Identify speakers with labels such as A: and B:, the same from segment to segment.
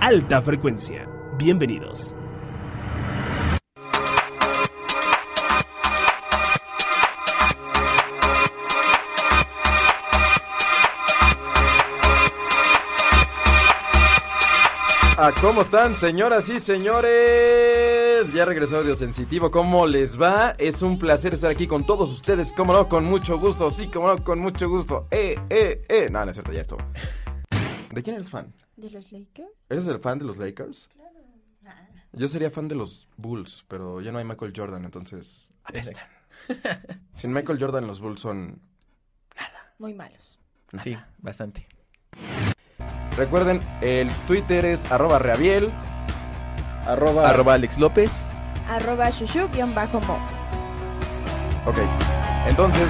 A: alta frecuencia. Bienvenidos.
B: Ah, ¿Cómo están, señoras y señores? Ya regresó Audio Sensitivo. ¿Cómo les va? Es un placer estar aquí con todos ustedes. ¿Cómo no? Con mucho gusto. Sí, cómo no, con mucho gusto. Eh, eh, eh. No, no es cierto, ya estuvo. ¿De quién eres fan?
C: ¿De los Lakers?
B: ¿Eres el fan de los Lakers? Yo sería fan de los Bulls, pero ya no hay Michael Jordan, entonces apestan. Sin Michael Jordan, los Bulls son.
C: Muy malos.
D: Sí, bastante.
B: Recuerden, el Twitter es arroba reabiel. Arroba.
D: Arroba Alex López.
C: Arroba shushu-mo.
B: Ok. Entonces,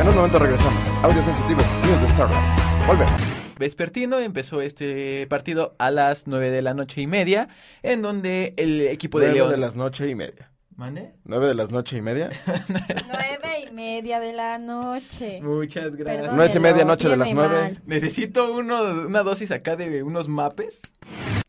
B: en un momento regresamos. Audio sensitivo, News de Starlight. Volvemos.
D: Vespertino empezó este partido a las 9 de la noche y media, en donde el equipo de
E: Nueve
D: León...
E: de las noche y media.
D: ¿Mande?
E: Nueve de las noche y media.
C: Nueve y media de la noche.
D: Muchas gracias.
C: Perdónenlo,
B: No es y media noche de las
C: viene
B: nueve.
C: mal.
D: Necesito unos- una dosis acá de unos mapes.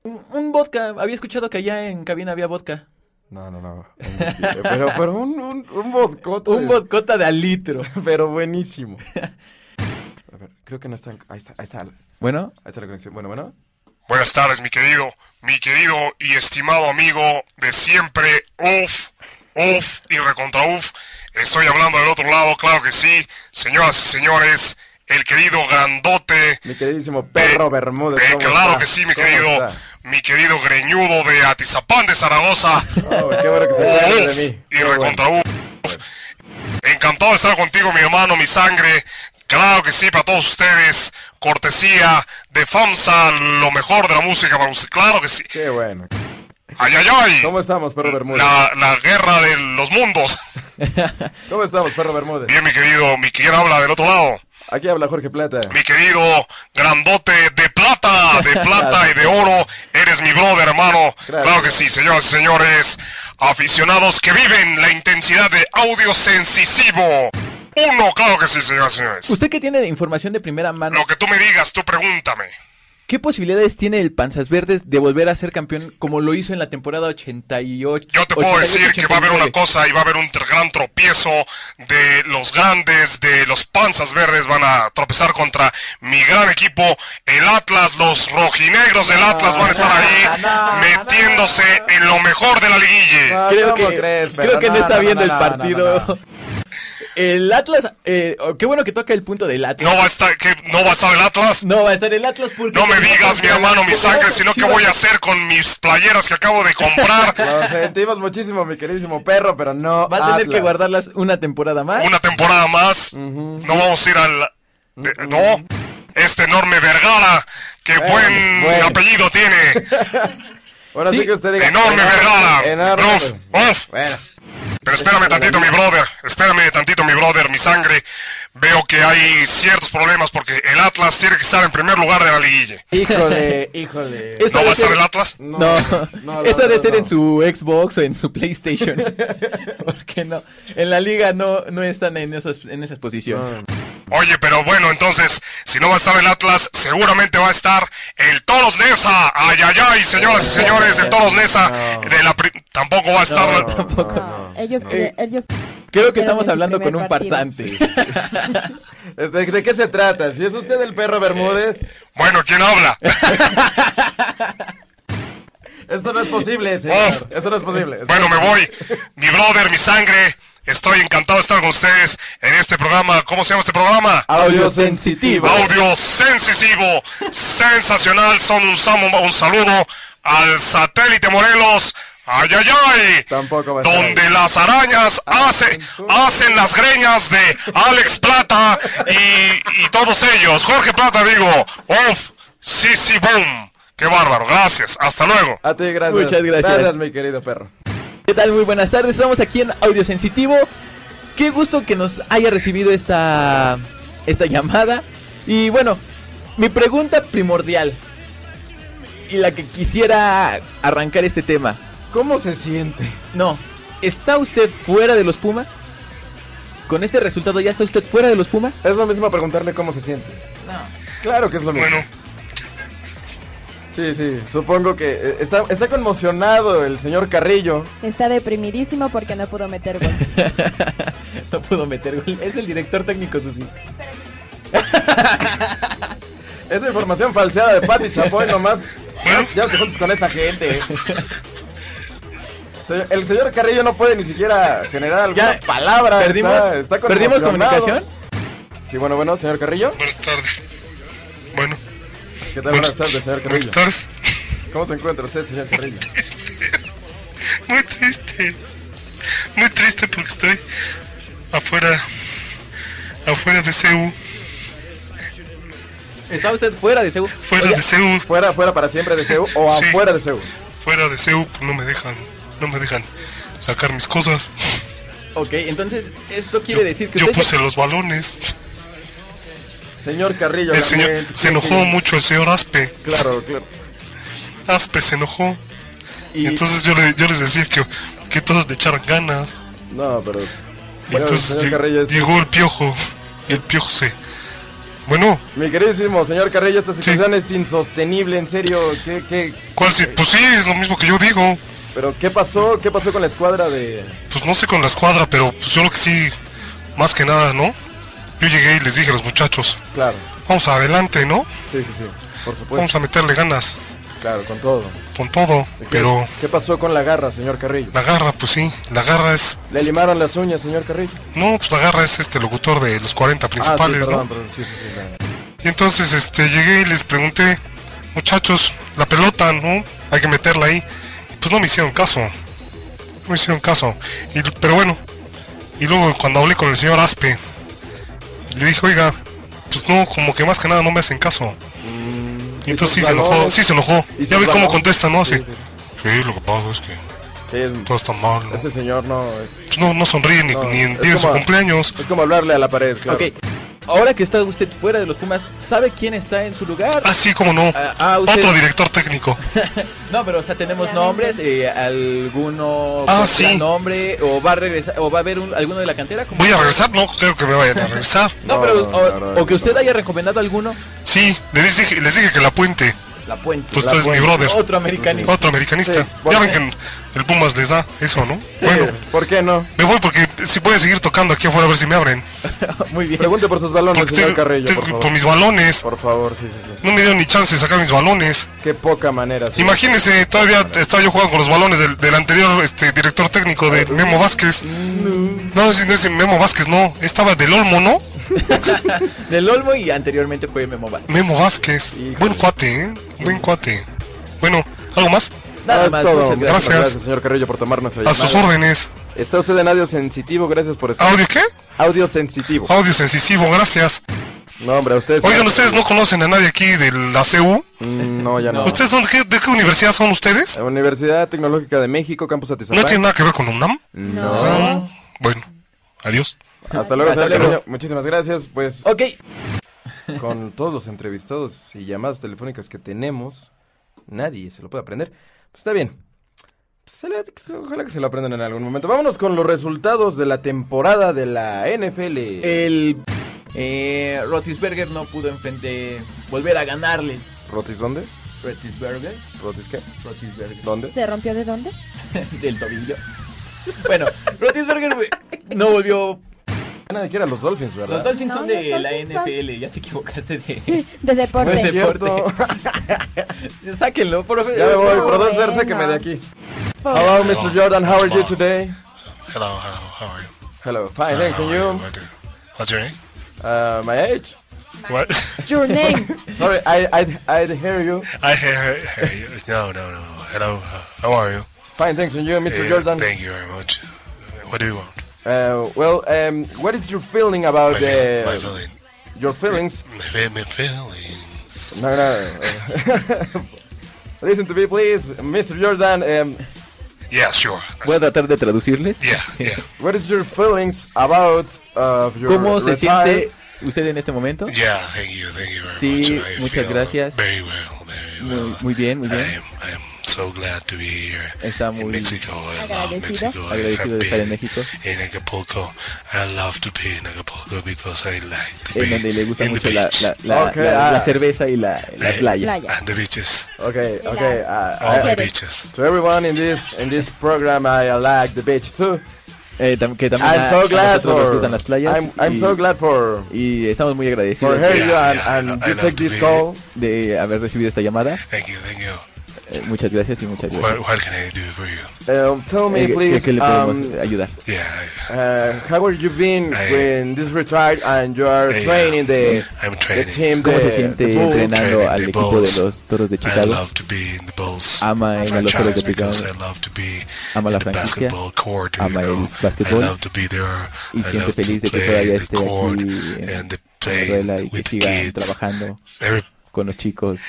D: Un, un vodka. Había escuchado que allá en cabina había vodka.
B: No, no, no. eh, Pero, pero un, un, un vodcote.
D: Un vodcota de al litro.
B: Pero buenísimo. A ver, creo que no están. Ahí está, ahí está, ahí
D: Bueno,
B: está la conexión. Bueno, bueno.
F: Buenas tardes, mi querido, mi querido y estimado amigo de siempre, uf, uf y recontra uf. Estoy hablando del otro lado, claro que sí. Señoras y señores, el querido grandote.
B: Mi queridísimo perro Bermúdez.
F: eh,
B: ¿cómo
F: claro
B: está?
F: que sí, mi
B: ¿Cómo
F: querido,
B: está?
F: mi querido greñudo de Atizapán de Zaragoza.
B: Oh, qué bueno que se acuerden de
F: Uf,
B: mí.
F: y
B: Qué bueno.
F: recontra uf. Encantado de estar contigo, mi hermano, mi sangre. Claro que sí, para todos ustedes. Cortesía de FAMSA, lo mejor de la música para usted. Claro que sí.
B: Qué bueno.
F: ¡Ay, ay, ay!
B: ¿Cómo estamos, perro Bermúdez?
F: La, la guerra de los mundos.
B: ¿Cómo estamos, perro Bermúdez?
F: Bien, mi querido, mi quien habla del otro lado.
B: Aquí habla Jorge Plata.
F: Mi querido grandote de plata, de plata y de oro. Eres mi brother, hermano.
B: Gracias.
F: Claro que sí, señoras y señores. Aficionados que viven la intensidad de audio sensitivo. Uno, claro que sí, señoras y señores.
D: usted que tiene de información de primera mano,
F: Lo que tú me digas, tú pregúntame.
D: ¿qué posibilidades tiene el Panzas Verdes de volver a ser campeón como lo hizo en la temporada 88?
F: Yo te puedo
D: 88,
F: decir que va a haber una
D: 89?
F: cosa y va a haber un tr- gran tropiezo de los grandes, de los panzas verdes. Van a tropezar contra mi gran equipo, el Atlas. Los rojinegros del Atlas van a estar ahí metiéndose en lo mejor de la liguilla.
B: No,
D: Creo
B: ¿cómo
D: que,
B: crees,
D: creo
B: perro?
D: que no, está
B: no,
D: viendo
B: no,
D: el
B: no, no,
D: partido.
B: no, no.
D: El Atlas, eh, oh, qué bueno que toca el punto del Atlas.
F: No va a estar, que no va a estar el Atlas.
D: No, va a estar el Atlas porque...
F: No me digas, mi hermano, mi
D: porque
F: sangre,
D: las
F: sino que
D: Chivas-
F: voy a hacer con mis playeras que acabo de comprar.
B: Lo sentimos muchísimo, mi queridísimo perro, pero no.
D: Va a tener
B: Atlas.
D: que guardarlas una temporada más.
F: una temporada más. No vamos a ir al. de- No. Este enorme Vergara, que buen
B: bueno.
F: apellido tiene.
B: Ahora sí,
D: Sí.
B: que usted diga.
F: Enorme Vergara.
B: Enorme.
F: Uf, uf.
B: Bueno,
F: Pero espérame tantito, mi brother. Espérame tantito, mi brother, mi sangre. Veo que hay ciertos problemas porque el Atlas tiene que estar en primer lugar de la liguilla.
B: híjole, híjole.
D: Eso
F: ¿No
D: de
F: va a
D: ser-
F: estar el Atlas?
D: No,
B: no, la
D: eso ha de
B: verdad,
D: ser
B: no.
D: en su Xbox o en su PlayStation. Porque no, en la liga no, no están en, esos, en esas posiciones.
F: Oye, pero bueno, entonces, si no va a estar el Atlas, seguramente va a estar el Toros Nesa. Ay, ay, ay, señoras y señores, el Toros Nesa. De la pri- Tampoco va a estar.
D: No, tampoco.
C: No, ellos,
D: Eh,
C: ellos.
D: Creo
C: Pero
D: que estamos
C: en su
D: hablando con
C: primer
D: un
C: partido.
D: farsante.
B: ¿De, de qué se trata? Si es usted el perro Bermúdez,
F: Bueno, ¿quién habla?
B: esto no es posible, señor. Esto no es posible.
F: Oh. Bueno, me voy. Mi brother, mi sangre. Estoy encantado de estar con ustedes en este programa. ¿Cómo se llama este programa?
D: Audio sensitivo.
F: Audio sensitivo. Sensacional. Son un, samo- un saludo al satélite Morelos. Ay, ay, ay.
B: Tampoco va a estar
F: Donde las arañas
B: Ah,
F: hace- hacen las greñas de Alex Plata y, y todos ellos. Jorge Plata, digo. Off. Sí, sí, boom. Qué bárbaro. Gracias. Hasta luego.
B: A ti, gracias.
D: Muchas gracias.
B: Gracias, mi querido perro.
D: ¿Qué tal? Muy buenas tardes. Estamos aquí en Audio Sensitivo. Qué gusto que nos haya recibido esta, esta llamada. Y bueno, mi pregunta primordial y la que quisiera arrancar este tema.
B: ¿Cómo se siente?
D: No, ¿está usted fuera de los Pumas? Con este resultado ya está usted fuera de los Pumas.
B: Es lo mismo preguntarle cómo se siente. No. Claro que es lo mismo.
F: Bueno,
B: Sí, sí, supongo que eh, está, está conmocionado el señor Carrillo.
G: Está deprimidísimo porque no pudo meter gol.
D: No pudo meter gol. Es el director técnico, Susi.
B: Esa información falseada de Pati Chapoy nomás. Ya- Ya no te juntes con esa gente. Se- El señor Carrillo no puede ni siquiera generar alguna
D: Ya,
B: palabra.
D: ¿Perdimos,
B: está- está
D: ¿Perdimos
B: conmocionado.
D: comunicación?
B: Sí, bueno, bueno, señor Carrillo.
H: Buenas tardes. Bueno,
B: ¿Qué tal? Buenas tardes, señor
H: buenas
B: Carrillo.
H: tardes.
B: ¿Cómo se encuentra usted, señor Carrillo?
H: Muy triste. Muy triste porque estoy afuera. Afuera de CU.
D: Estaba usted fuera de seguro.
H: Fuera de CU.
B: ¿Fuera, fuera para siempre de CEU o
H: Sí.
B: afuera de CEU?
H: Fuera de CU. pues, No me dejan. No me dejan sacar mis cosas.
D: Ok, entonces esto quiere decir que
H: Yo
D: usted...
H: puse los balones.
B: Señor Carrillo.
H: El señor
B: lamento-
H: se enojó mucho el señor Aspe.
B: Claro, claro.
H: Aspe se enojó. Y
D: Y-
H: entonces yo, le- yo les decía que, que todos le echaran ganas.
B: No, pero.
H: Y
B: Bueno,
H: entonces
B: señor
H: lleg-
B: Carrillo, es-
H: llegó el piojo. Y el piojo se. Bueno,
B: Mi queridísimo señor Carrillo, esta situación es insostenible, en serio. ¿Qué, qué, Eh,
H: ¿cuál si- Pues sí, es lo mismo que yo digo.
B: pero qué pasó? ¿Qué pasó con la escuadra de...?
H: Pues no sé con la escuadra, pero pues yo lo que sí, más que nada, ¿no? Yo llegué y les dije a los muchachos,
B: Claro,
H: vamos adelante, ¿no?
B: sí, sí, sí, por
H: Vamos
B: supuesto.
H: a meterle ganas
B: Claro, con todo.
H: con todo.
B: ¿Qué-
H: Pero
B: ¿Qué pasó con la garra, señor Carrillo?
H: la garra, pues sí, la garra es...
B: Le limaron las uñas, señor Carrillo.
H: No, pues la garra es este locutor de los 40
B: Ah, sí,
H: principales,
B: perdón,
H: ¿no?
B: perdón, sí, sí, sí. claro.
H: Y entonces este, llegué y les pregunté, muchachos, la pelota, ¿no? Hay que meterla ahí. Y, Pues no me hicieron caso. No me hicieron caso. Y, pero bueno. Y luego cuando hablé con el señor Aspe, le dije, oiga, pues no, como que más que nada no me hacen caso. Y
B: ¿Y
H: Mm, entonces sí
B: sus
H: se enojó,
B: balones?
H: sí se enojó.
B: ¿Y
H: Ya
B: sus
H: vi cómo
B: balones?
H: contesta, ¿no?
B: Sí,
H: Así.
B: sí, sí.
H: Sí, lo que pasa es que
B: Sí, es-
H: todo está mal, ¿no?
B: Este señor no es,
H: Pues no, no sonríe ni,
B: no,
H: ni en
B: es
H: día de su
B: como-
H: cumpleaños.
B: es como hablarle a la pared, claro.
D: Ok, ahora que está usted fuera de los Pumas, ¿sabe quién está en su lugar?
H: Así como no.
D: Ah, ah, usted-
H: Otro director técnico.
D: No, pero o sea, tenemos nombres, eh, alguno
H: Ah,
D: con
H: sí.
D: gran nombre, o va a regresar, o va a haber un- alguno de la cantera. como-
H: Voy a regresar, no creo que me vayan a regresar.
D: No,
B: No,
D: pero
B: no,
D: o,
B: no, no,
D: o que
B: no.
D: usted haya recomendado alguno,
H: Sí, les dije, les dije que la puente.
D: la puente.
H: Pues
D: La
H: tú eres mi
D: Puente.
H: brother.
D: Otro americanista.
H: Otro americanista.
B: Sí, bueno.
H: ya ven que el Pumas les da eso, ¿no?
B: Sí,
H: Bueno,
B: ¿por qué no?
H: me voy porque si voy a seguir tocando aquí afuera a ver si me abren.
D: Muy bien.
B: Pregunte por sus balones,
H: Porque
B: señor
H: tengo-
B: Carrillo,
H: tengo-
B: por
H: por
B: favor.
H: mis balones.
B: Por favor, sí, sí, sí.
H: No me dieron ni chance de sacar mis balones.
B: Qué poca manera. señor.
H: Imagínense, todavía estaba yo jugando con los balones del, del anterior este, director técnico de Memo Vázquez. No, si no es Memo Vázquez, no. Estaba del Olmo, ¿no?
D: Del Olmo y anteriormente fue Memo Vázquez.
H: Memo Vázquez.
B: Híjole.
H: Buen cuate, ¿eh? Buen cuate. Bueno, ¿algo más?
D: Nada
B: Es
D: más,
B: todo.
D: muchas gracias.
H: Gracias.
B: señor Carrillo, por tomar nuestra
H: A
B: llamada.
H: sus órdenes.
B: Está usted en audio sensitivo, gracias por estar.
H: ¿Audio qué?
B: Audio sensitivo.
H: Audio sensitivo, gracias.
B: No, hombre, a ustedes.
H: Oigan, ¿ustedes no conocen a nadie aquí de la CU?
B: Mm, No, ya no.
H: ¿Ustedes son de qué, de qué universidad son ustedes?
B: Universidad Tecnológica de México, Campus Atizapán.
H: ¿No tiene nada que ver con UNAM?
B: No.
H: Bueno, adiós.
B: Hasta luego,
D: Hasta
B: señor
D: luego.
B: Carrillo. Muchísimas gracias. Pues
D: Ok,
B: con todos los entrevistados y llamadas telefónicas que tenemos, nadie se lo puede aprender. Pues está bien. Pues, se le- ojalá que se lo aprendan en algún momento. Vámonos con los resultados de la temporada de la NFL.
D: el eh, Rotisberger no pudo enfrente, volver a ganarle.
B: ¿Rotis dónde?
D: Rotisberger,
B: ¿Rotis qué?
D: Rotisberger.
B: ¿Dónde?
G: ¿Se rompió de dónde?
D: del tobillo. Bueno, Rotisberger güey, no volvió.
B: Nadie quiere a los Dolphins, ¿verdad?
D: Los Dolphins
G: No,
D: son
G: los
D: de la
G: Dolphins van-
D: NFL, ya te equivocaste de.
G: De
B: No es
G: deporte.
B: cierto.
D: Sáquenlo, profe.
B: Ya me voy,
G: No,
B: producer,
G: bueno.
B: sáqueme de aquí. Hello, Mr. Jordan, how are you today?
H: Hello, hello, how are you?
B: Hello,
H: Ah,
B: fine, thanks, and you?
H: What's your name?
B: Uh, my age?
H: What?
G: Your name.
B: Sorry, I, I, I hear you.
H: I hear, hear you. No, no, no. Hello, how are you?
B: Fine, thanks, and you, Mr.
H: Eh,
B: Jordan?
H: Thank you very much. What do you want?
B: Uh, well, um, what is your feeling about the...
H: my feeling.
B: Your feelings?
H: My, fe- my feelings.
B: No, no. uh, Listen to me, please. Mr. Jordan, um,
H: Yeah, sure.
D: a tratar de traducirles.
H: Yeah, yeah.
B: what is your feelings about uh, your
D: ¿Cómo se
B: retired-
D: siente usted en este momento?
H: Yeah, thank you, thank you very
D: Sí,
H: much. I
D: muchas
H: feel
D: gracias.
H: Very well, very well.
D: Muy, muy bien, muy
H: I
D: bien.
H: am, I am
E: so glad to be here
D: Está
E: in
D: muy
E: Mexico. I love
G: Agradecido.
E: Mexico. I
D: agradecido
E: have
D: de estar en
E: been
D: México.
E: in Acapulco. I love to be in Acapulco because I like to
D: En
E: be
D: donde le gusta
E: in the
D: mucho la,
E: beach
D: la- la-
B: Ok,
D: la-
B: ah.
D: la cerveza y la, la
E: Eh,
D: playa.
G: Playa.
E: and the beaches.
B: Okay,
G: Relax.
B: okay. Uh,
E: All
B: I-
E: the beaches.
B: to everyone in this in this program, I like the beach too.
D: Eh, tam- que también a,
B: I'm so
D: a
B: glad
D: nosotros nos
B: for.
D: gustan las playas.
B: I'm, I'm
D: y,
B: so glad for
D: y estamos muy
B: for
D: agradecidos
B: her
E: Yeah,
B: you and,
E: yeah, I
B: and
E: lo- I
B: you
E: love
B: take
E: to
B: this
E: be-
B: call.
D: de haber recibido esta llamada.
E: Thank you, thank you.
D: Eh, muchas gracias y muchas gracias.
E: What, what can I do for you?
B: Um, tell me
D: Eh, ¿qué-
B: please.
D: ¿Qué le podemos
B: um,
D: ayudar?
E: Yeah, I-
B: uh, how are you been
E: I-
B: when this retired and you are
E: I, uh,
B: training the
E: I'm
B: the
E: training.
B: team?
D: ¿Cómo
B: the,
D: se siente
B: the Bulls?
D: entrenando
E: Training
D: al
E: the
D: equipo de
E: Bulls.
D: los Toros de
E: I
D: Chicago?
E: love to be in the Bulls
D: Ama en a los Toros
E: franchise
D: de Chicago
E: because I love to be
D: Ama
E: in
D: la
E: the
D: franquicia,
E: basketball court. You
D: ama el
E: know, I
D: básquetbol
E: love to be there.
D: y
E: I
D: siente
E: love to
D: feliz de que
E: play
D: todavía
E: in the
D: esté
E: court
D: aquí
E: and
D: en
E: the
D: Venezuela
E: play
D: y que
E: with the
D: sigan
E: kids.
D: trabajando
E: Every,
D: con los chicos.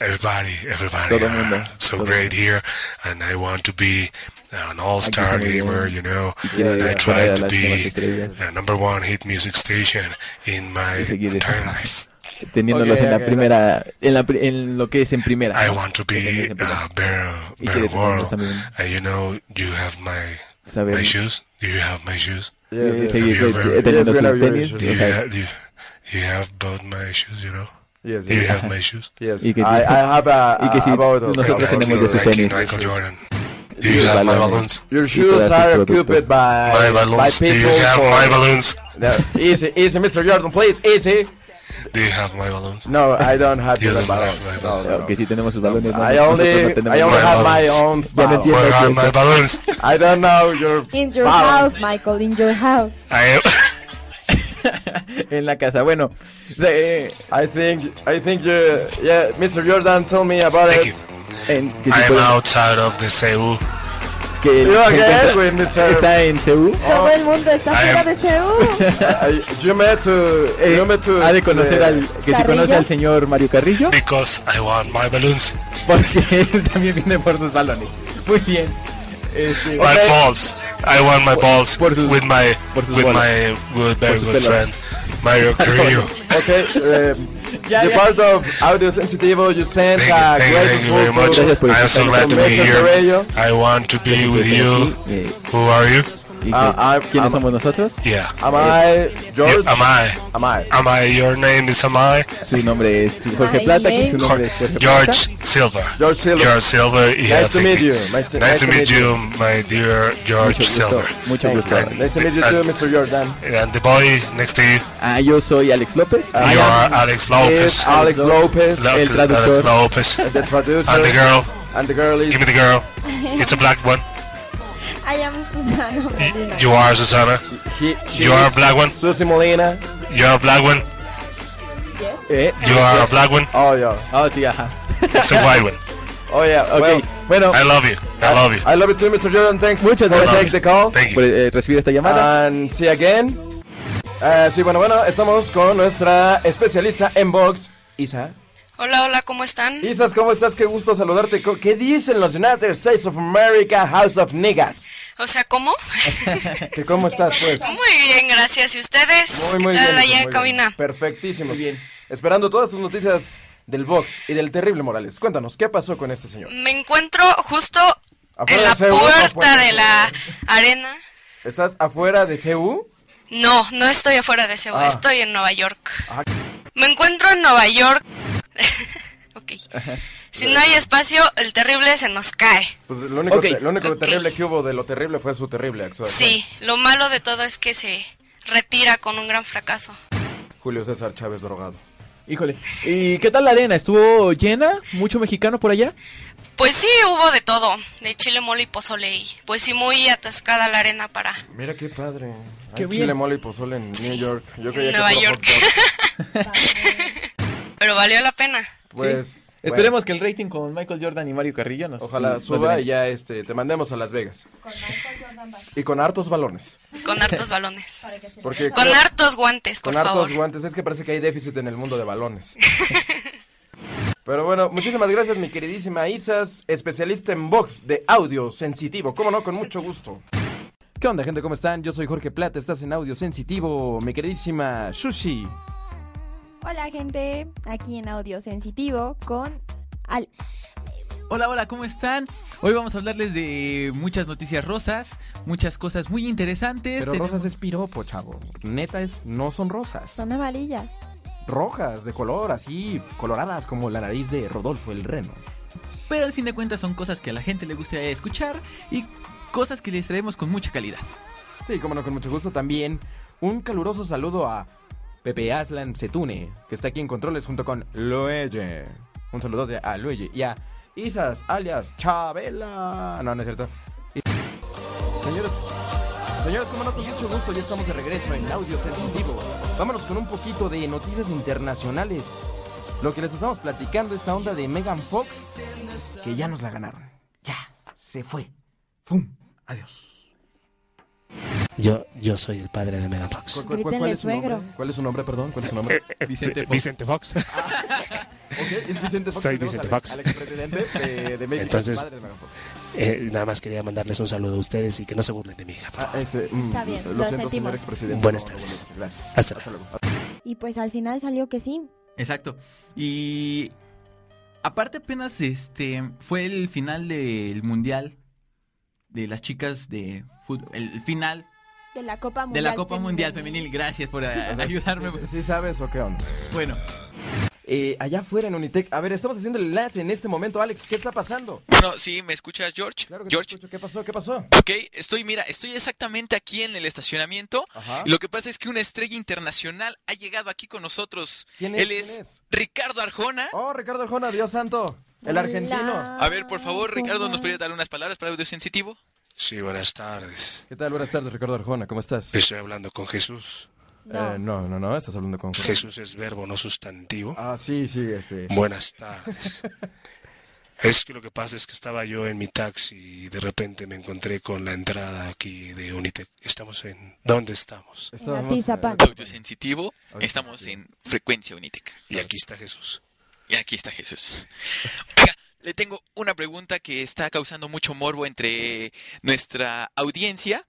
E: everybody, everybody,
D: Todo
E: are
D: mundo,
E: so
D: todo
E: great here, and I want to be an all-star
D: Aquí está muy
E: gamer.
D: bien.
E: You know,
D: Y
E: and I
D: quiere
E: try
D: poner a
E: to
D: las nuevas
E: be
D: estrellas,
E: a number one hit music station in my
D: Y seguir
E: entire
D: eso.
E: life.
D: teniéndolos
B: Ok,
D: en la
B: ok,
D: primera, en, la, pri- en lo que es en primera.
E: I
D: ¿no?
E: want to
D: Que
E: be
D: tenías en primera.
E: a better,
D: Y quieres
E: better world.
D: también
E: And you know, you have my
D: saber
E: my shoes. Do you have my shoes?
B: Yes,
D: eh,
B: yes,
D: seguir
E: Yes,
D: eh,
E: yes,
D: teniendo
B: yes,
D: sus
B: yes,
D: tenis.
B: yes,
E: Do you,
D: o sea,
E: ha- do you, do you have both my shoes, you know?
B: yes,
E: Do you
B: yes,
E: have my shoes?
B: yes.
D: Y que-
B: I, I have a,
D: y que si
B: a- about
D: nosotros
B: about
D: tenemos de
B: your-
D: sus
E: Nike,
D: tenis.
E: Michael Jordan. Do you have my
D: balón.
E: balloons?
B: Your
D: todas
B: shoes
D: sus
B: are
D: productos.
B: occupied by
E: My
B: by
E: balloons. Do you
B: people
E: have
B: for-
E: my balloons?
B: No, easy, easy, Mr. Jordan, please, easy.
E: Do you have my balloons?
B: No, I don't have
E: You
B: your
E: don't
B: balloons.
E: have my
B: Ah, No, no, no.
D: que si tenemos sus balones. no,
B: I
D: nosotros
B: only,
D: no tenemos
B: I only
D: nada.
B: have my
E: balloons.
B: own
D: Ya no
B: balloons.
D: entiendo.
E: Where
D: que
E: are
D: está-
E: my balloons?
B: I don't know your
G: In your
B: balloons.
G: house, Michael, in your house.
E: I
D: en la casa. Bueno, o sea, eh,
B: I think, I think you, yeah, Mr. Jordan, tell me about
E: thank you.
B: it.
D: en- que, si
E: I am
D: pueden-
E: outside of the Seoul.
D: que él
B: You
D: se
B: again
D: encuentra-
B: with Mr.
D: está en Seúl.
G: Todo el mundo está
E: I
G: fuera
E: am-
G: de uh. Seúl.
B: Oh, I- you met to,
D: Eh,
B: you met to.
D: ha de conocer
B: to-
D: al que si
G: Carrillo.
D: conoce al señor Mario Carrillo
E: Because I want my balloons.
D: porque él también viene por sus balones muy bien Este,
E: My balls. I want my balls
D: por sus-
E: with my
D: por sus
E: with
D: bolas.
E: my good very
D: sus
E: good
D: pelas.
E: friend Mario Carrillo.
B: Okay, um,
D: Ya,
B: the
D: ya.
B: part of audio sensitivo, you sent
E: Thank you,
B: a
E: thank you,
B: great
E: thank you very much.
D: Gracias por
E: I am so
D: escuchar.
E: glad to be
B: Gracias,
E: here.
B: Carrillo.
E: I want to be with you.
D: eh,
E: Who are you?
D: y que-
B: Ah, ah,
D: quiénes
B: ah,
D: somos nosotros Eh,
E: Yeah.
B: Am I George?
E: You- am I?
B: Am I?
E: Am I? Your name is Am I?
D: su nombre es Jorge
G: My
D: Plata que
G: name-
D: su
E: Cor-
D: nombre es Jorge Plata
E: George Silver.
B: George Silva.
E: George Silver. Yeah,
B: nice to
E: thank
B: meet you. Nice to,
E: Nice to meet you, my dear George
D: mucho gusto
E: Silver.
D: mucho gusto
E: Thank you.
B: Nice to meet you too, Mr. Jordan.
E: Eh, And the boy next to you,
D: ah, yo soy Alex López
E: you are
D: Ah,
E: Alex
B: It's
E: Lopez.
B: Alex Lopez,
E: Lo-
D: El traductor.
E: Alex Lopez.
B: the traducer,
E: And the girl.
B: and the girl is
E: Give me the girl. It's a black one.
I: I am Susana Molina.
E: You are Susanna.
B: he, she
E: You are a
B: is
E: black one.
B: Susie Molina.
E: You are a black one.
D: eh,
E: You are a black one.
B: Oh yeah,
D: ah, sí ajá
E: It's a white one.
B: oh yeah.
D: Ok,
B: Well,
D: bueno
E: I love you. I love you.
B: I love it too, Mr. Jordan. Thanks
D: Muchas
B: for
D: gracias.
B: take the call
E: Thank
D: por
E: you.
D: eh, recibir esta llamada
B: and see you again. Eh, sí, bueno, bueno, estamos con nuestra especialista en box, Isa.
J: Hola, hola, ¿cómo están?
B: Isas, ¿cómo estás? Qué gusto saludarte. Co- ¿Qué dicen los United States of America House of Niggas?
J: O sea, ¿cómo?
B: ¿Que ¿Cómo estás, pues?
J: Muy bien, gracias. ¿Y ustedes?
B: Muy,
J: ¿Qué
B: muy
J: tal allá
B: bien. muy
J: en
B: bien.
J: cabina?
B: Perfectísimo. bien. Esperando todas tus noticias del box y del terrible Morales. Cuéntanos, ¿qué pasó con este señor?
J: Me encuentro justo
B: Afuera
J: en la
B: de Seúl,
J: puerta
B: afuera de
J: de la arena.
B: ¿Estás afuera de CU?
J: No, no estoy afuera de Seúl,
B: Ah.
J: estoy en Nueva York.
B: Ah.
J: Me encuentro en Nueva York. ok. Si no hay espacio, el terrible se nos cae.
B: Pues lo único,
D: Ok.
B: te- lo único
J: Ok.
B: terrible que hubo de lo terrible fue su terrible acción.
J: Sí, lo malo de todo es que se retira con un gran fracaso.
B: Julio César Chávez drogado.
D: híjole y qué tal la arena estuvo llena mucho mexicano por allá
J: Pues sí, hubo de todo, de chile mole y pozole y pues sí muy atascada la arena para
B: Mira qué padre.
D: Qué
B: Hay
D: bien.
B: chile mole y pozole en New York. Yo creía
J: Nueva
B: que puro
J: York.
B: hot dog.
J: Pero valió la pena.
B: Pues
D: Sí.
B: bueno,
D: Esperemos que el rating con Michael Jordan y Mario Carrillo nos
B: Ojalá
D: nos
B: suba
D: den-
B: y ya este te mandemos a Las Vegas. Y con hartos balones.
J: Con hartos balones.
B: Porque
J: Con
B: creo-
J: hartos guantes, por
B: Con hartos
J: favor.
B: guantes, es que parece que hay déficit en el mundo de balones. Pero bueno, muchísimas gracias mi queridísima Isas, especialista en box de audio sensitivo, cómo no, con mucho gusto. ¿Qué onda gente? ¿Cómo están? Yo soy Jorge Plata, estás en audio sensitivo, mi queridísima Sushi.
G: Hola, gente. Aquí en Audio Sensitivo con... Al...
D: Hola, hola, ¿cómo están? Hoy vamos a hablarles de muchas noticias rosas, muchas cosas muy interesantes.
K: Pero
D: Tenemos-
K: rosas es piropo, chavo. Neta es, no son rosas.
G: Son amarillas.
K: Rojas, de color, así, coloradas como la nariz de Rodolfo el Reno.
D: pero al fin de cuentas son cosas que a la gente le gusta escuchar y cosas que les traemos con mucha calidad.
K: Sí, como no, con mucho gusto también. Un caluroso saludo a Pepe Aslan Setune, que está aquí en Controles junto con Luigi. Un saludo a Luigi y a Isas, alias Chabela. No, no es cierto. Y- Señores,
B: Señores, como no, con mucho gusto, ya estamos de regreso en Audio Sensitivo.
K: vámonos con un poquito de noticias internacionales. Lo que les estamos platicando, esta onda de Megan Fox, que ya nos la ganaron. Ya, se fue. ¡Fum! Adiós.
L: Yo, yo soy el padre de Megan Fox.
B: ¿Cuál, cuál, cuál
G: Grítenle,
B: es su nombre?
G: suegro.
B: ¿Cuál es su nombre, perdón? ¿Cuál es su nombre?
E: Eh,
B: Ah,
D: Vicente Fox.
L: Vicente Fox.
B: Ok, es Vicente Fox.
L: Soy
B: Tenemos
L: Vicente
B: al-
L: Fox.
B: Al expresidente de, de México.
L: Entonces-
B: padre de Megan Fox.
L: Eh, nada más quería mandarles un saludo a ustedes y que no se burlen de mi hija. por
B: Ah,
L: favor.
B: este, mm,
G: Está bien,
B: Lo, siento,
G: lo
B: señor
G: sentimos.
B: expresidente.
L: Buenas
B: No, no,
L: tardes.
B: no, Gracias.
L: Hasta
B: luego.
G: Y pues al final salió que sí.
D: Exacto. Y aparte apenas este fue el final del mundial de las chicas de fútbol, el final
G: De la Copa
D: de la Copa Mundial Femenil. Gracias por eh, ayudarme.
K: ¿Sí, sí sabes o qué onda?
D: Bueno,
B: Eh, allá afuera en Unitec. A ver, estamos haciendo el enlace en este momento, Alex. ¿Qué está pasando?
M: Bueno, sí, ¿me escuchas, George?
B: Claro que te
M: George,
B: escucho. ¿Qué pasó? ¿Qué pasó?
M: ok, estoy, mira, estoy exactamente aquí en el estacionamiento.
B: Ajá.
M: Lo que pasa es que una estrella internacional ha llegado aquí con nosotros.
B: ¿Quién es?
M: Él es,
B: ¿Quién es?
M: Ricardo Arjona.
B: Oh, Ricardo Arjona, Dios santo. El argentino.
M: A ver, por favor, Ricardo, ¿nos podría
G: puede
M: dar unas palabras para audio sensitivo?
E: Sí, buenas tardes.
B: ¿Qué tal? Buenas tardes, Ricardo Arjona. ¿Cómo estás?
E: Estoy hablando con Jesús.
B: Eh, no, no, no. Estás hablando con
E: Jesús es verbo, no sustantivo.
B: Ah, sí, sí, este.
E: Buenas tardes. Es que lo que pasa es que estaba yo en mi taxi y de repente me encontré con la entrada aquí de Unitec. Estamos en... ¿Dónde estamos?
B: estábamos,
G: Atizapán.
B: eh,
M: Audio sensitivo, estamos en frecuencia Unitec.
E: Y aquí está Jesús.
M: Y aquí está Jesús. Oiga, le tengo una pregunta que está causando mucho morbo entre nuestra audiencia.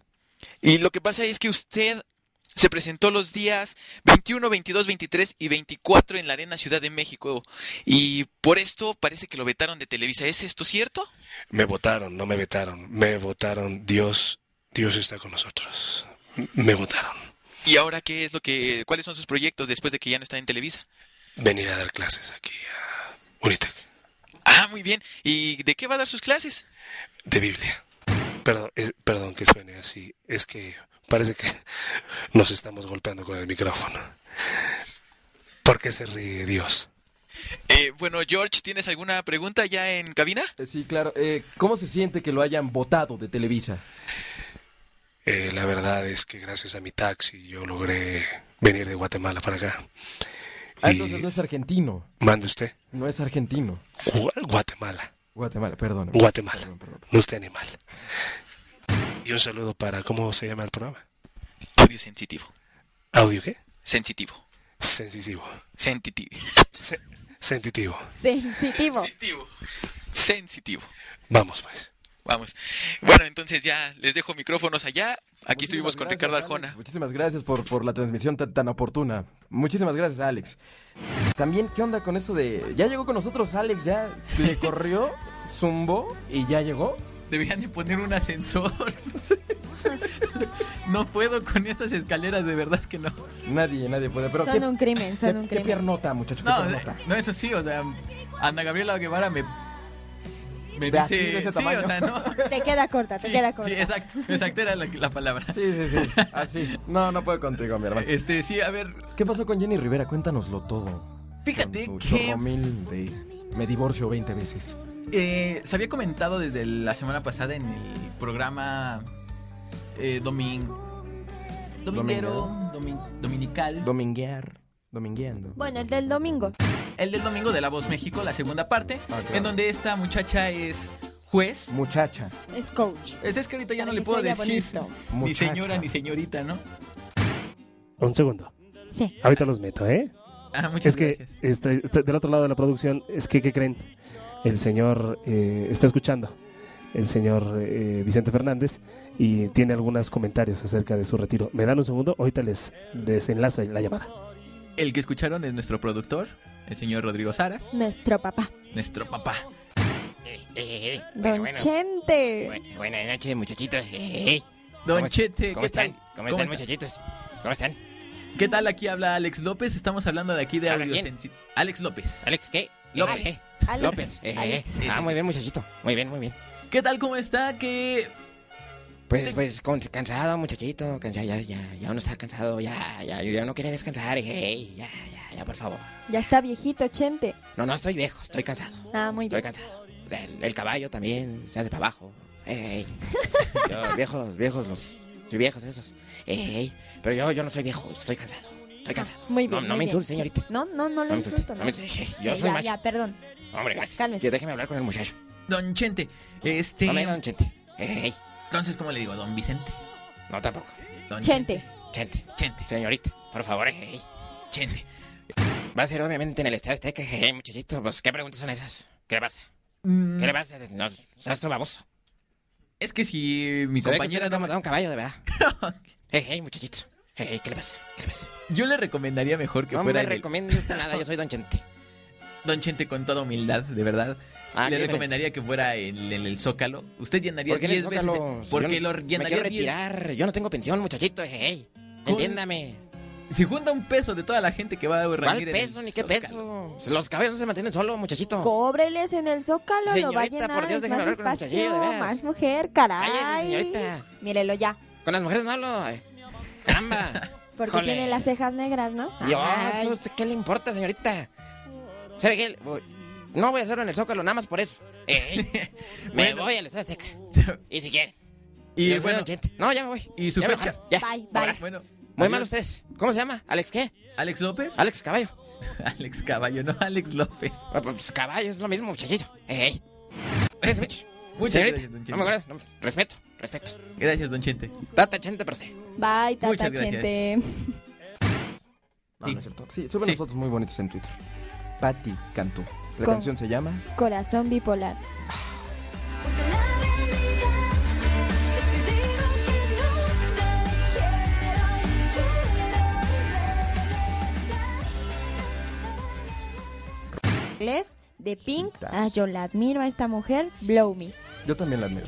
M: Y lo que pasa es que usted se presentó los días 21, 22, 23 y 24 en la Arena Ciudad de México. Y por esto parece que lo vetaron de Televisa. ¿Es esto cierto?
E: Me votaron, no me vetaron. Me votaron. Dios, Dios está con nosotros. Me votaron.
M: ¿Y ahora qué es lo que, cuáles son sus proyectos después de que ya no está en Televisa?
E: Venir a dar clases aquí a Unitec.
M: Ah, muy bien. ¿Y de qué va a dar sus clases?
E: De Biblia. Perdón, es- perdón que suene así. Es que parece que nos estamos golpeando con el micrófono. ¿Por qué se ríe Dios?
M: Eh, bueno, George, ¿tienes alguna pregunta ya en cabina?
B: eh, Sí, claro. Eh, ¿Cómo se siente que lo hayan votado de Televisa?
E: Eh, la verdad es que gracias a mi taxi yo logré venir de Guatemala para acá.
B: Ah,
E: Y-
B: entonces no es argentino.
E: Mande usted.
B: No es argentino.
E: Gu- Guatemala.
B: Guatemala, perdón.
E: Guatemala.
B: Perdón, perdón.
E: No usted animal. Y un saludo para, ¿cómo se llama el programa?
M: Audio sensitivo.
E: ¿Audio qué?
M: Sensitivo.
E: Sensitivo.
M: Sensitivo.
E: Se- sensitivo.
G: Sensitivo.
M: Sensitivo. Sensitivo.
E: Vamos pues.
M: Vamos. Bueno, entonces ya les dejo micrófonos allá. Aquí estuvimos
B: Muchísimas
M: con
B: gracias,
M: Ricardo
B: Alex.
M: Arjona.
B: Muchísimas gracias por, por la transmisión tan, tan oportuna. Muchísimas gracias, Alex. También, ¿qué onda con esto de...? Ya llegó con nosotros Alex, ya le corrió, zumbó y ya llegó.
D: deberían de poner un ascensor. no puedo con estas escaleras, de verdad que no.
B: Nadie, nadie puede. Pero
G: Son
B: qué,
G: un crimen,
B: qué-
G: son un
B: qué
G: crimen.
B: piernota, muchacho, qué
D: No, eh.
B: piernota.
D: no, eso sí, o sea, Ana Gabriela Guevara me, me
B: De
D: dice,
B: así, de ese
D: sí,
B: tamaño.
D: o sea, Ah, no.
G: Te queda corta, te
D: Sí,
G: queda
D: sí,
G: corta.
D: exacto, exacto era la, la palabra.
B: Sí, sí, sí. Así. No, no puedo contigo, mi hermano.
D: Este, sí, a ver,
B: ¿Qué pasó con Jenny Rivera? Cuéntanoslo todo.
D: fíjate
B: Con tu
D: que
B: chorromil de me divorcio 20 veces.
D: eh, se había comentado desde la semana pasada en el programa eh, domin, domintero, domin- dominical,
B: Dominguear. Domingueando.
G: Bueno, el del domingo.
D: el del domingo de La Voz México, la segunda parte,
B: Ah, claro.
D: en donde esta muchacha es juez.
B: Muchacha.
G: Es coach.
D: Es, es que ahorita ya
G: Para
D: no le
G: que
D: puedo
G: se oiga
D: decir
G: bonito.
D: ni
B: muchacha.
D: señora ni señorita, ¿no?
L: Un segundo.
G: Sí.
L: Ahorita los meto, ¿eh?
D: Ah, muchas
L: es que
D: gracias.
L: este, este- del otro lado de la producción, es que, ¿qué creen? El señor eh, está escuchando, el señor eh, Vicente Fernández, y tiene algunos comentarios acerca de su retiro. ¿Me dan un segundo? Ahorita les, les enlazo la llamada.
D: El que escucharon es nuestro productor, el señor Rodrigo Saras,
G: Nuestro papá.
D: nuestro papá.
N: Eh,
G: Don Chente.
N: Bu- buenas noches, muchachitos. Eh, eh.
D: Don
N: ¿Cómo-
D: Chete,
N: ¿cómo
D: ¿qué
N: están?
D: tal?
N: ¿Cómo,
D: ¿Cómo
N: están,
D: está?
N: muchachitos? ¿Cómo están?
D: ¿Qué tal? Aquí habla Alex López. Estamos hablando de aquí de
N: ¿Habla
D: audio
N: quién?
D: sensi- Alex López.
N: ¿Alex qué?
D: López.
N: Eh, eh. López. Eh, eh, eh. Ah, muy bien, muchachito. Muy bien, muy bien.
D: ¿Qué tal? ¿Cómo está? ¿Qué?
N: Pues, pues, con- cansado, muchachito. Cansado, ya, ya, ya uno está cansado. Ya, ya, yo ya no quería descansar. eh, eh. ya, ya, ya, por favor.
G: Ya está viejito, Chente.
N: No, no, estoy viejo, estoy cansado.
G: Ah, muy
N: Estoy
G: bien.
N: cansado. O sea, el, el caballo también se hace para abajo. Ey, ey. Yo, viejos, viejos, los soy viejos esos. Ey, ey. Pero yo, yo no soy viejo, estoy cansado. Estoy cansado.
G: Muy bien.
N: No, no
G: muy
N: me
G: bien.
N: insulte, señorita.
G: No, no, no
N: No
G: lo
N: me
G: insulto.
N: insulte,
G: No
N: no me insulte. Yo soy
G: ya,
N: macho.
G: ya, perdón.
N: Hombre,
G: Ya,
N: gracias.
G: cálmese.
N: Ya, déjeme hablar con el muchacho.
D: Don Chente. Este.
N: No me diga don Chente. Ey,
D: Entonces, ¿cómo le digo? ¿Don Vicente?
N: No, tampoco.
D: Don
G: Chente.
N: Chente.
D: Chente.
N: Señorita, por favor, ey, ey.
D: Chente.
N: Va a ser obviamente en el estadio Azteca, ey, muchachito. Pues, ¿qué preguntas son esas? ¿Qué le pasa?
D: Mm.
N: ¿Qué le pasa? No, seas tú baboso.
D: Es que si mi
N: Se ve que
D: compañera
N: usted nunca ha matado un caballo, de verdad. hey, hey, muchachito. Hey, hey, Eh, ¿qué le pasa? ¿Qué le pasa?
D: Yo le recomendaría mejor que
N: No me
D: fuera en el-
N: recomiende usted nada, yo soy Don Chente.
D: Don Chente con toda humildad, de verdad.
N: Ah,
D: le
N: ¿qué
D: recomendaría que fuera en el, en el Zócalo. Usted llenaría
N: ¿Por qué le
D: 10 veces.
N: toca
D: el- Porque lo
N: Me
D: llenaría 10.
N: quiero retirar, yo no tengo pensión, muchachito. Hey, hey.
D: Con-
N: Entiéndame.
D: Si junta un peso de toda la gente que va a reunir
N: ¿Cuál
D: en el
N: peso? Ni qué
D: Zócalo.
N: peso. Los caballos no se mantienen solos, muchachito.
G: Cóbreles en el zócalo, lo va a
N: Señorita,
G: llenar.
N: por Dios,
G: es
N: déjeme
G: más
N: hablar con el
G: espacio,
N: muchachillo, de veras.
G: más mujer, caray.
N: Cállese, señorita.
G: Mírelo ya,
N: Con las mujeres no hablo. eh. Caramba.
G: porque
N: Jole.
G: tiene las cejas negras, ¿no?
N: Dios,
G: Ay,
N: ¿usted ¿qué le importa, señorita? ¿Sabe qué? Voy- No voy a hacerlo en el Zócalo, nada más por eso. Ey, ey. me
D: Bueno.
N: voy al Estadio Azteca. Y si quieren.
D: Y
N: Yo soy
D: bueno.
N: Don Chente. No, ya me voy.
D: Y su
N: Ya me
D: fecha.
N: bajaron, ya.
G: Bye,
N: Ahora.
G: bye.
D: Bueno,
N: Muy
D: adiós.
N: mal ustedes. ¿Cómo se llama? ¿Alex qué?
D: ¿Alex López?
N: Alex Caballo.
D: Alex Caballo, no Alex López.
N: Ah, Pues caballo, es lo mismo, muchachito. Ey, ey. Muchachito.
D: Muchas
N: Señorita,
D: gracias, don
N: no me
D: Chente.
N: acuerdo, no me- respeto, respeto.
D: Gracias, Don Chente.
N: Tata Chente para usted.
G: Bye, tata
D: Muchas gracias.
G: Chente.
B: No, no es cierto. Sí, suben
D: Sí.
B: las fotos muy bonitas en Twitter. Patti Cantú. La
G: Con-
B: canción se llama.
G: Corazón bipolar. Inglés de Pink. Ah, yo la admiro a esta mujer. Blow me.
B: Yo también la admiro.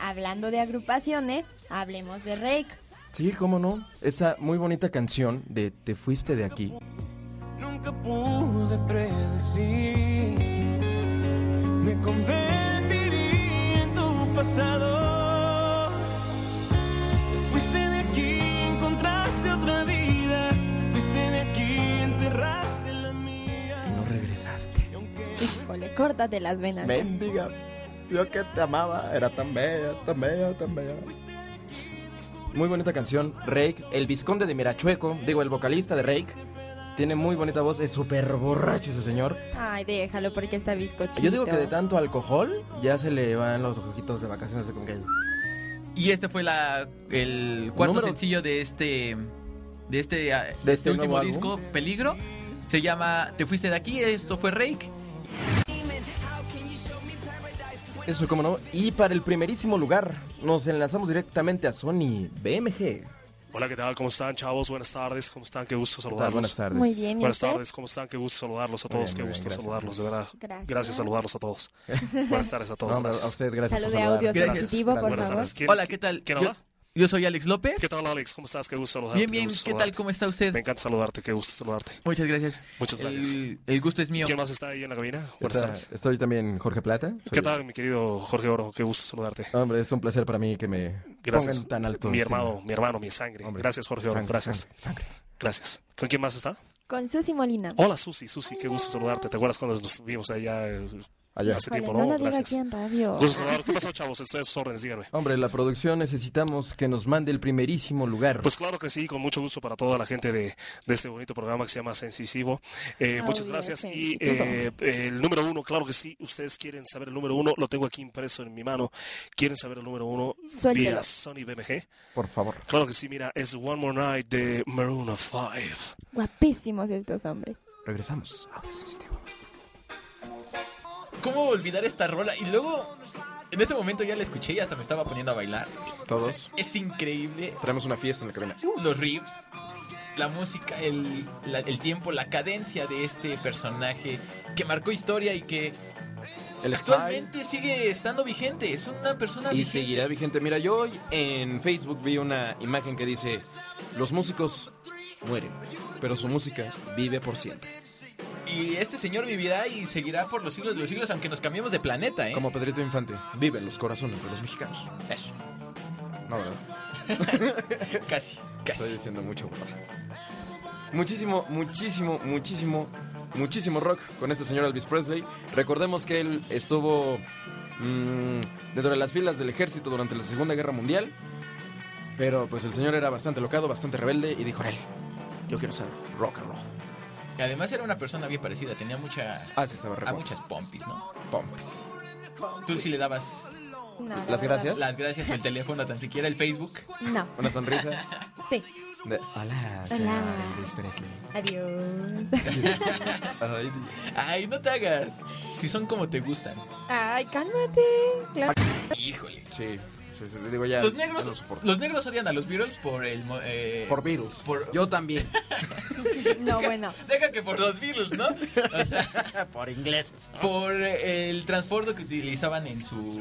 G: Hablando de agrupaciones, hablemos de Rake.
B: Sí, cómo no. Esa muy bonita canción de Te fuiste de aquí.
K: Nunca pude predecir. Me convertiría en tu pasado. Te fuiste de aquí, encontraste otra vida. Te fuiste de aquí, enterraste la mía.
B: No regresaste.
G: Híjole, córtate las venas.
B: Mendiga. Yo que te amaba. Era tan bella, tan bella, tan bella. Muy bonita canción. Rake, el visconde de Mirachueco, digo, el vocalista de Rake. Tiene muy bonita voz. Es súper borracho ese señor.
G: Ay, déjalo porque está bizcochito.
B: Yo digo que de tanto alcohol ya se le van los ojitos de vacaciones de con que-
O: Y este fue la, el cuarto
B: Número-
O: sencillo de este de este, ah,
B: De este
O: último
B: nuevo álbum.
O: disco, Peligro. Se llama Te fuiste de aquí, esto fue Rake.
B: Eso, cómo no. Y para el primerísimo lugar, nos enlazamos directamente a Sony BMG.
L: Hola, ¿qué tal? ¿Cómo están, chavos? Buenas tardes, ¿cómo están? Qué gusto saludarlos.
B: Buenas tardes. Muy bien, ¿y
L: Buenas
B: usted?
L: tardes, ¿cómo están? Qué gusto saludarlos a
B: Muy bien,
L: todos,
B: muy
L: qué
B: bien,
L: gusto
B: gracias.
L: saludarlos, de verdad.
G: Gracias.
L: saludarlos a todos. Buenas tardes a todos,
B: No,
L: gracias.
B: a usted, gracias por
G: Salude a audio
L: Gracias.
G: sensitivo, por
L: Buenas
G: favor.
L: tardes. ¿Quién-
O: Hola, ¿qué tal?
L: ¿Quién
O: Yo-
L: habla?
O: Yo, soy Alex López.
L: ¿Qué tal, Alex? ¿Cómo estás? Qué gusto saludarte.
O: Bien, bien, ¿qué tal?
L: ¿Cómo está usted? Me encanta saludarte, qué gusto saludarte.
O: Muchas gracias.
L: Muchas gracias.
O: El, el gusto es mío.
L: ¿Quién más está ahí en la cabina? Buenas
B: Está-
L: tardes.
B: Estoy también Jorge Plata.
L: ¿Qué
B: Soy-
L: tal, mi querido Jorge Oro? Qué gusto saludarte.
B: Hombre, es un placer para mí que me
L: Gracias.
B: pongan tan alto.
L: mi
B: estima.
L: hermano, mi hermano, mi sangre. Gracias, Jorge Oro.
B: Sangre,
L: gracias.
B: sangre, sangre.
L: Gracias. ¿Con quién más está?
G: Con Susy Molina.
L: Hola Susi, Susi, qué gusto saludarte. ¿Te acuerdas cuando nos vimos allá, eh, hace
G: Híjole,
L: tiempo?
G: no lo diga
L: Gracias.
G: aquí en radio.
E: Pues-
L: Gusto saludarte. ¿Qué pasó, chavos? Estoy a sus órdenes, díganme.
B: Hombre, la producción necesitamos que nos mande el primerísimo lugar.
L: Pues claro que sí, con mucho gusto para toda la gente de, de este bonito programa que se llama Sensisivo.
G: Ah,
L: Eh, muchas gracias. Y eh, el número uno, claro que sí, ustedes quieren saber el número uno, lo tengo aquí impreso en mi mano. ¿Quieren saber el número uno?
G: Suéltelo.
L: Vía Sony BMG.
B: Por favor.
L: Claro que sí, mira, es One More Night de Maroon 5.
G: Guapísimos estos hombres.
B: Regresamos.
D: ¿Cómo olvidar esta rola? Y luego, en este momento ya la escuché y hasta me estaba poniendo a bailar.
B: Todos.
D: Es increíble. Uh,
B: Traemos una fiesta en la cabina.
D: Los riffs, la música, el, la- el tiempo, la cadencia de este personaje que marcó historia y que
B: El style.
D: actualmente sigue estando vigente. Es una persona
B: Y
D: vigente.
B: seguirá vigente. Mira, yo hoy en Facebook vi una imagen que dice: Los músicos mueren, pero su música vive por siempre.
D: Y este señor vivirá y seguirá por los siglos de los siglos, aunque nos cambiemos de planeta, ¿eh?
B: Como Pedrito Infante, vive en los corazones de los mexicanos.
D: Eso.
B: No, ¿verdad?
D: casi, casi.
B: Estoy diciendo mucho. Muchísimo, muchísimo, muchísimo, muchísimo rock con este señor Elvis Presley. Recordemos que él estuvo mm, dentro de las filas del ejército durante la Segunda Guerra Mundial. Pero pues el señor era bastante locado, bastante rebelde y dijo, él, yo quiero ser rock and roll.
D: Y Además era una persona bien parecida, tenía mucha...
B: Ah, sí, estaba re
D: a
B: guapo.
D: muchas pompis, ¿no?
B: Pompis.
D: Tú sí le dabas...
J: No, la
B: ¿Las
J: verdad,
B: gracias?
D: Las gracias, el teléfono, tan siquiera el Facebook.
J: No.
B: Una sonrisa.
J: Sí.
B: de, Hola,
J: Hola.
B: señor Elvis Presley.
J: Adiós.
B: Ay,
D: Ay, no te hagas. Si son como te gustan.
J: Ay, cálmate. Claro.
D: Híjole.
B: Sí, sí, sí, digo ya.
D: Los
B: ya no
D: negros,
B: soporto.
D: los negros odian a los Beatles por el... mo- eh,
B: Por virus. Yo también.
J: No, bueno.
D: Deja que por los Beatles, ¿no? O sea, por ingleses. Por eh, el transbordo que utilizaban en su,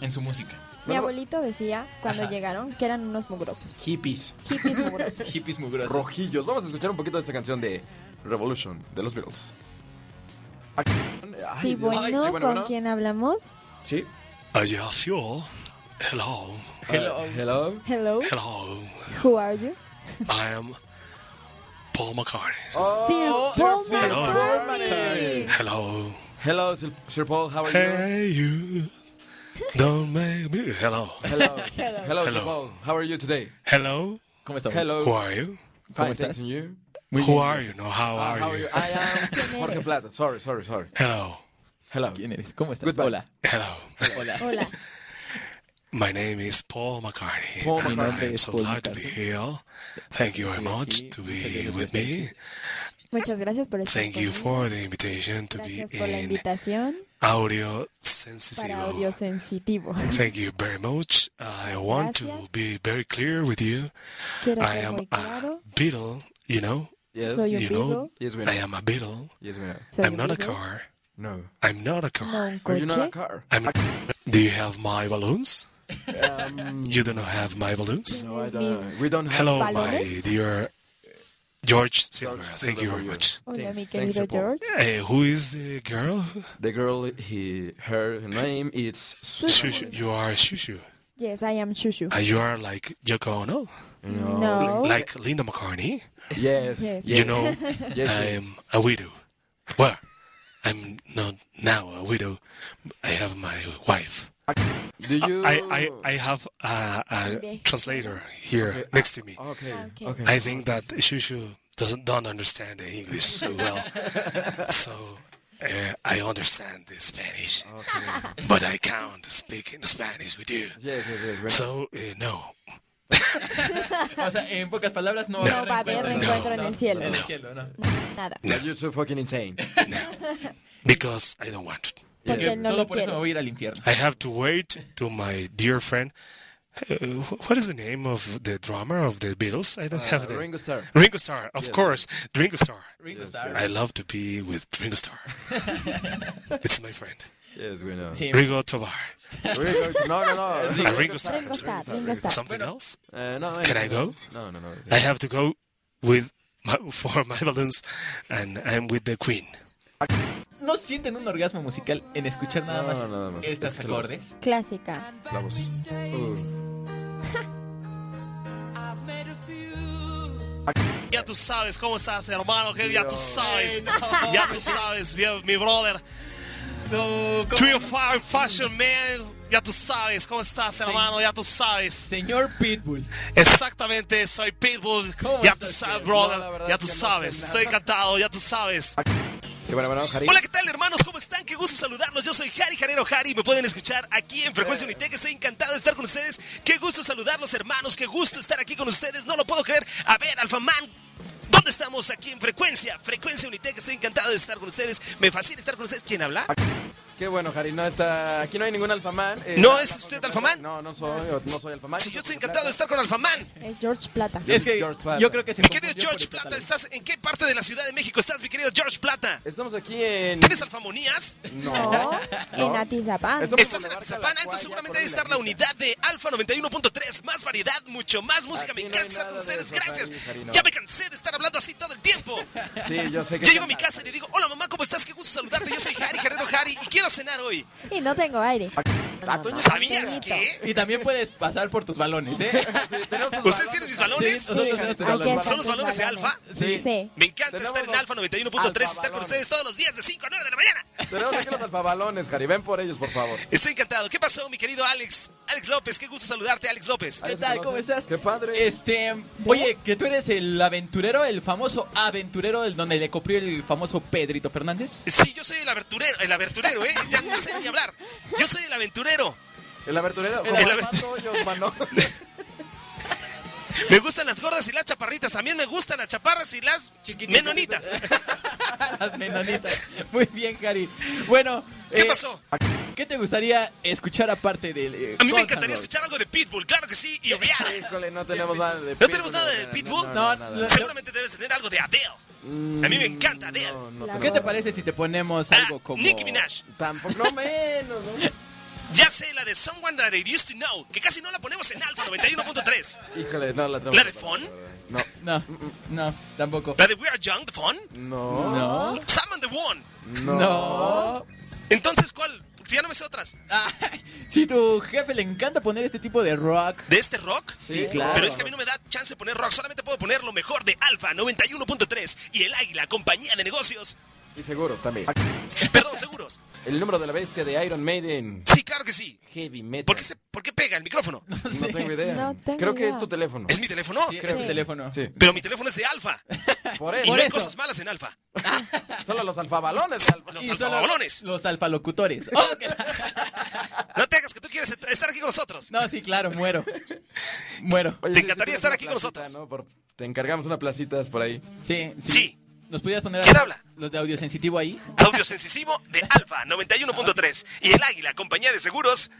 D: en su música.
G: Mi abuelito decía cuando
D: Ajá.
G: llegaron que eran unos mugrosos.
B: Hippies.
G: Hippies mugrosos.
D: Hippies mugrosos.
B: Rojillos. Vamos a escuchar un poquito de esta canción de Revolution de los Beatles. Ay,
G: Sí,
B: Dios.
G: bueno,
B: Ay, sí,
G: ¿con quién hablamos?
B: Sí.
E: Aviación. Hello.
B: Hello. hello.
G: Hello.
E: Hello.
G: Who are you?
E: I am Paul McCartney.
B: Oh,
G: Sir Paul
E: McCartney. Hello.
B: Hello, Sir Sir Paul. How are you?
E: Hey, you. Don't make me. Hello.
B: Hello.
E: Hello.
B: Hello, Sir
E: Hello.
B: Paul. How are you today?
E: Hello.
D: ¿Cómo estás?
B: Hello.
E: Who are you?
B: Fine, thanks, and you? Muy
E: Who
B: bien,
E: are you?
B: gracias.
E: No, how
B: Ah,
E: are
B: how
E: you?
B: I am Jorge Plata. Sorry, sorry, sorry.
E: Hello.
B: Hello.
D: ¿Quién eres? ¿Cómo estás?
B: Goodbye.
D: Hola.
E: Hello.
D: Hola.
G: Hola.
E: My name is Paul McCartney.
D: Paul
E: and
D: McCartney.
E: I'm so
D: Paul
E: glad to be here. Thank you very much to be with me.
G: Muchas gracias por estar
E: Thank you
G: conmigo.
E: for the invitation to be
G: Gracias por la
E: in
G: invitación
E: Audio
G: para
E: Sensitivo.
G: audio sensitivo.
E: Thank you very much. I want to be very clear with you.
G: Quiero
E: I
G: ser
E: am
G: muy
E: a
G: claro.
E: beetle, you know?
G: Yes. Soy un
E: You know?
G: beetle.
B: Yes, we know.
E: I am a beetle.
B: Yes, we know.
G: Soy
E: I'm
G: un
E: not a
G: beetle.
E: car.
B: No.
E: I'm not a car.
G: No, un
B: Are you not a
G: coche.
B: car?
E: I'm Do you have my balloons?
B: Um,
E: You don't have my balloons?
B: no, I don't. We don't have
E: Hello, my
G: Balloons?
E: dear George Silver. Thank you very much.
G: Hola, mi
B: Thanks,
G: querido
B: Sir Paul.
G: George.
E: Eh, who is the girl?
B: The girl, he, her name is
E: Shushu. You are Shushu.
G: Yes, I am Shushu.
E: Uh, you are like Yoko Ono.
B: No.
G: No.
E: Like Linda McCartney.
B: Yes.
G: Yes.
E: You know,
B: Yes,
E: I
B: yes.
E: am a widow. Well, I'm not now a widow. I have my wife.
B: Do you?
E: I, I, I have a, a translator here
B: Okay. Ah,
E: next to me.
B: Okay.
G: Ah, Okay.
B: Okay.
E: I think that Shushu doesn't don't understand the English so well, so uh, I understand the Spanish, but I can't speak in Spanish with you.
B: Yes, yes, yes. we know.
E: So uh, no,
D: O sea, en pocas palabras, no,
G: No va a haber reencuentro en el cielo.
D: En el cielo, no.
G: Nada.
B: But You're so fucking insane.
E: because I don't want it.
G: Porque
D: Yo
G: él no
D: todo
G: lo
D: por eso me
G: quiere.
D: voy a ir al infierno.
E: I have to wait to my dear friend. Uh, wh- what is the name of the drummer of the Beatles?
D: Uh,
E: I don't have the
B: Ringo Starr.
E: Ringo Starr, of
B: Yes.
E: course, Ringo Starr.
D: Ringo Starr.
E: I love to be with Ringo Starr. it's my friend,
B: Yes, we know.
D: Sí.
E: Ringo Tovar.
B: Ringo, no, no, no.
E: Uh, Ringo Starr.
G: Ringo
E: I'm sorry.
G: Starr, Ringo Starr.
E: Something else?
B: Uh, no,
E: Can I go?
B: No, no, no.
E: I have to go with my, for my balloons, and I'm with the Queen.
D: ¿No sienten un orgasmo musical en escuchar nada
B: No,
D: más,
B: no, nada más.
D: estas
B: Escúchalos.
D: acordes?
G: Clásica.
B: La voz. Uh,
E: Ya tú sabes cómo estás, hermano. Que ya tú sabes. Ya tú sabes, bien, mi brother.
D: No, ¿cómo?
E: Three of Five Fashion Man. Ya tú sabes cómo estás, hermano. Ya tú sabes.
D: Señor Pitbull.
E: Exactamente, soy Pitbull.
D: ¿Cómo
E: Ya tú
D: estás,
E: sabes,
D: tío?
E: brother.
B: No, la verdad
E: ya
B: es
E: tú
B: que no sé
E: sabes.
B: nada.
E: Estoy encantado. Ya tú sabes.
B: sí, bueno, bueno, Jari.
E: Hola, ¿qué tal, hermanos? ¿Cómo están? Qué gusto saludarlos. Yo soy Jari Janero Jari. Me pueden escuchar aquí en Frecuencia Unitec. Estoy encantado de estar con ustedes. Qué gusto saludarlos, hermanos. Qué gusto estar aquí con ustedes. No lo puedo creer. A ver, Alfamán. ¿Dónde
P: ¿Dónde estamos? Aquí en Frecuencia, Frecuencia Unitec. Estoy encantado de estar con ustedes. Me fascina estar con ustedes. ¿Quién habla?
B: Qué bueno, Jari, no está... Aquí no hay ningún Alfamán. eh,
P: ¿No
B: nada
P: es
B: más
P: usted
B: Jorge
P: Alfamán?
B: No, no soy, no soy Alfamán.
P: Si yo estoy encantado de estar con Alfamán.
G: Es George Plata.
B: Yo soy George Plata.
P: Mi querido George Plata, ¿estás en qué parte de la Ciudad de México estás, mi querido George Plata?
B: Estamos aquí en...
P: ¿Tienes alfamonías?
G: No, en Atizapán.
P: Estás en Atizapán, entonces seguramente debe estar la unidad de Alfa 91.3. Más variedad, mucho más música. Me encanta estar con ustedes, gracias.
B: Jarino.
P: Ya me cansé de estar hablando así todo el tiempo.
B: Sí, yo sé que...
P: Yo llego a mi casa y le digo, hola mamá, ¿cómo estás? Qué gusto saludarte. Yo soy Harry, Guerrero Harry, y quiero cenar hoy.
G: Y no tengo aire.
P: ¿Sabías qué?
D: Y también puedes pasar por tus balones, ¿eh?
P: ¿Ustedes tienen mis balones?
D: Sí, nosotros tenemos tus balones.
P: ¿Son los balones de Alfa?
D: Sí.
P: Me encanta estar en Alfa 91.3 estar con ustedes todos los días de 5 a 9 de la mañana.
B: Tenemos aquí los alfabalones, Jari. Ven por ellos, por favor.
P: Estoy encantado. ¿Qué pasó, mi querido Alex? Alex López, qué gusto saludarte, Alex López.
D: ¿Qué tal? ¿Cómo estás?
B: Qué padre.
D: Este, oye, que tú eres el aventurero, el famoso aventurero, el donde le copió el famoso Pedrito Fernández.
P: Sí, yo soy el aventurero, el aventurero, ¿eh? Ya no sé ni hablar. Yo soy el aventurero.
B: El aberturero.
P: El aberturero. Me gustan las gordas y las chaparritas. También me gustan las chaparras y las menonitas.
D: las menonitas. Muy bien, Cari. Bueno, eh,
P: ¿Qué pasó?
D: ¿Qué te gustaría escuchar aparte del? eh,
P: A mí
D: Guns
P: me
D: N'
P: encantaría
D: Roses?
P: escuchar algo de Pitbull, claro que sí, y Rihanna.
B: Híjole, no tenemos nada de
P: ¿No tenemos nada de Pitbull?
D: no, no, no.
P: Seguramente debes tener algo de Adele.
B: Mm,
P: A mí me encanta Adele.
D: ¿Qué te parece si te ponemos algo como
P: Nicki Minaj.
B: Tampoco, no menos.
P: Ya sé la de Someone That I Used to Know, que casi no la ponemos en Alfa 91.3.
B: Híjole, no la tenemos.
P: ¿La de Fon?
B: No. Mm,
D: No, no, tampoco.
P: ¿La de We Are Young de Fon?
B: No.
D: No.
P: Sam and the One.
D: No.
P: Entonces, ¿cuál? Si ya no me sé otras.
D: Si tu jefe le encanta poner este tipo de rock.
P: ¿De este rock?
D: Sí, claro.
P: Pero es que a mí no me da chance de poner rock, solamente puedo poner lo mejor de Alfa 91.3 y el Águila, compañía de negocios.
B: Y seguros también.
P: Perdón, seguros.
B: El número de la bestia de Iron Maiden.
P: Sí, claro que sí.
B: Heavy metal.
P: ¿Por qué, se- por qué pega el micrófono?
B: No tengo idea.
P: No tengo
B: Creo que
P: idea.
B: es tu teléfono.
P: ¿Es mi teléfono?
D: Sí, es tu
B: que-
D: teléfono.
B: Sí.
P: Pero mi teléfono es de Alfa.
B: Por
P: Y
B: eso.
P: no hay cosas malas en Alfa.
B: Solo los alfabalones. de Alfa-
P: Los alfabalones.
D: Los alfalocutores.
P: No te hagas que tú quieres est- estar aquí con nosotros.
D: No, sí, claro, muero. Muero.
B: Oye,
P: Te
B: sí, sí
P: encantaría
B: tienes
P: estar
B: una
P: aquí con
B: placita,
P: nosotros.
B: ¿no? Por- Te encargamos unas placitas por ahí.
D: Sí, sí.
P: Sí.
D: ¿Nos podías poner
P: ¿Quién
D: a-
P: habla?
D: los de audio sensitivo ahí?
P: Audio sensitivo de Alfa 91.3 y el Águila, compañía de seguros,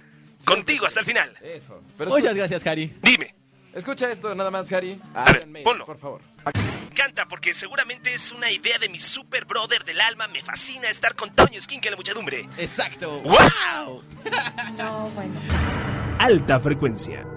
P: contigo hasta el final.
B: Eso.
D: Muchas gracias, Cari.
P: Dime,
B: Escucha esto nada más, Harry.
P: A ver,
B: Iron Maiden,
P: ponlo.
B: Por favor.
P: me encanta porque seguramente es una idea de mi super brother del alma. Me fascina estar con Toño Skin que la muchedumbre.
D: Exacto.
P: ¡Wow!
C: No, bueno.
A: Alta frecuencia.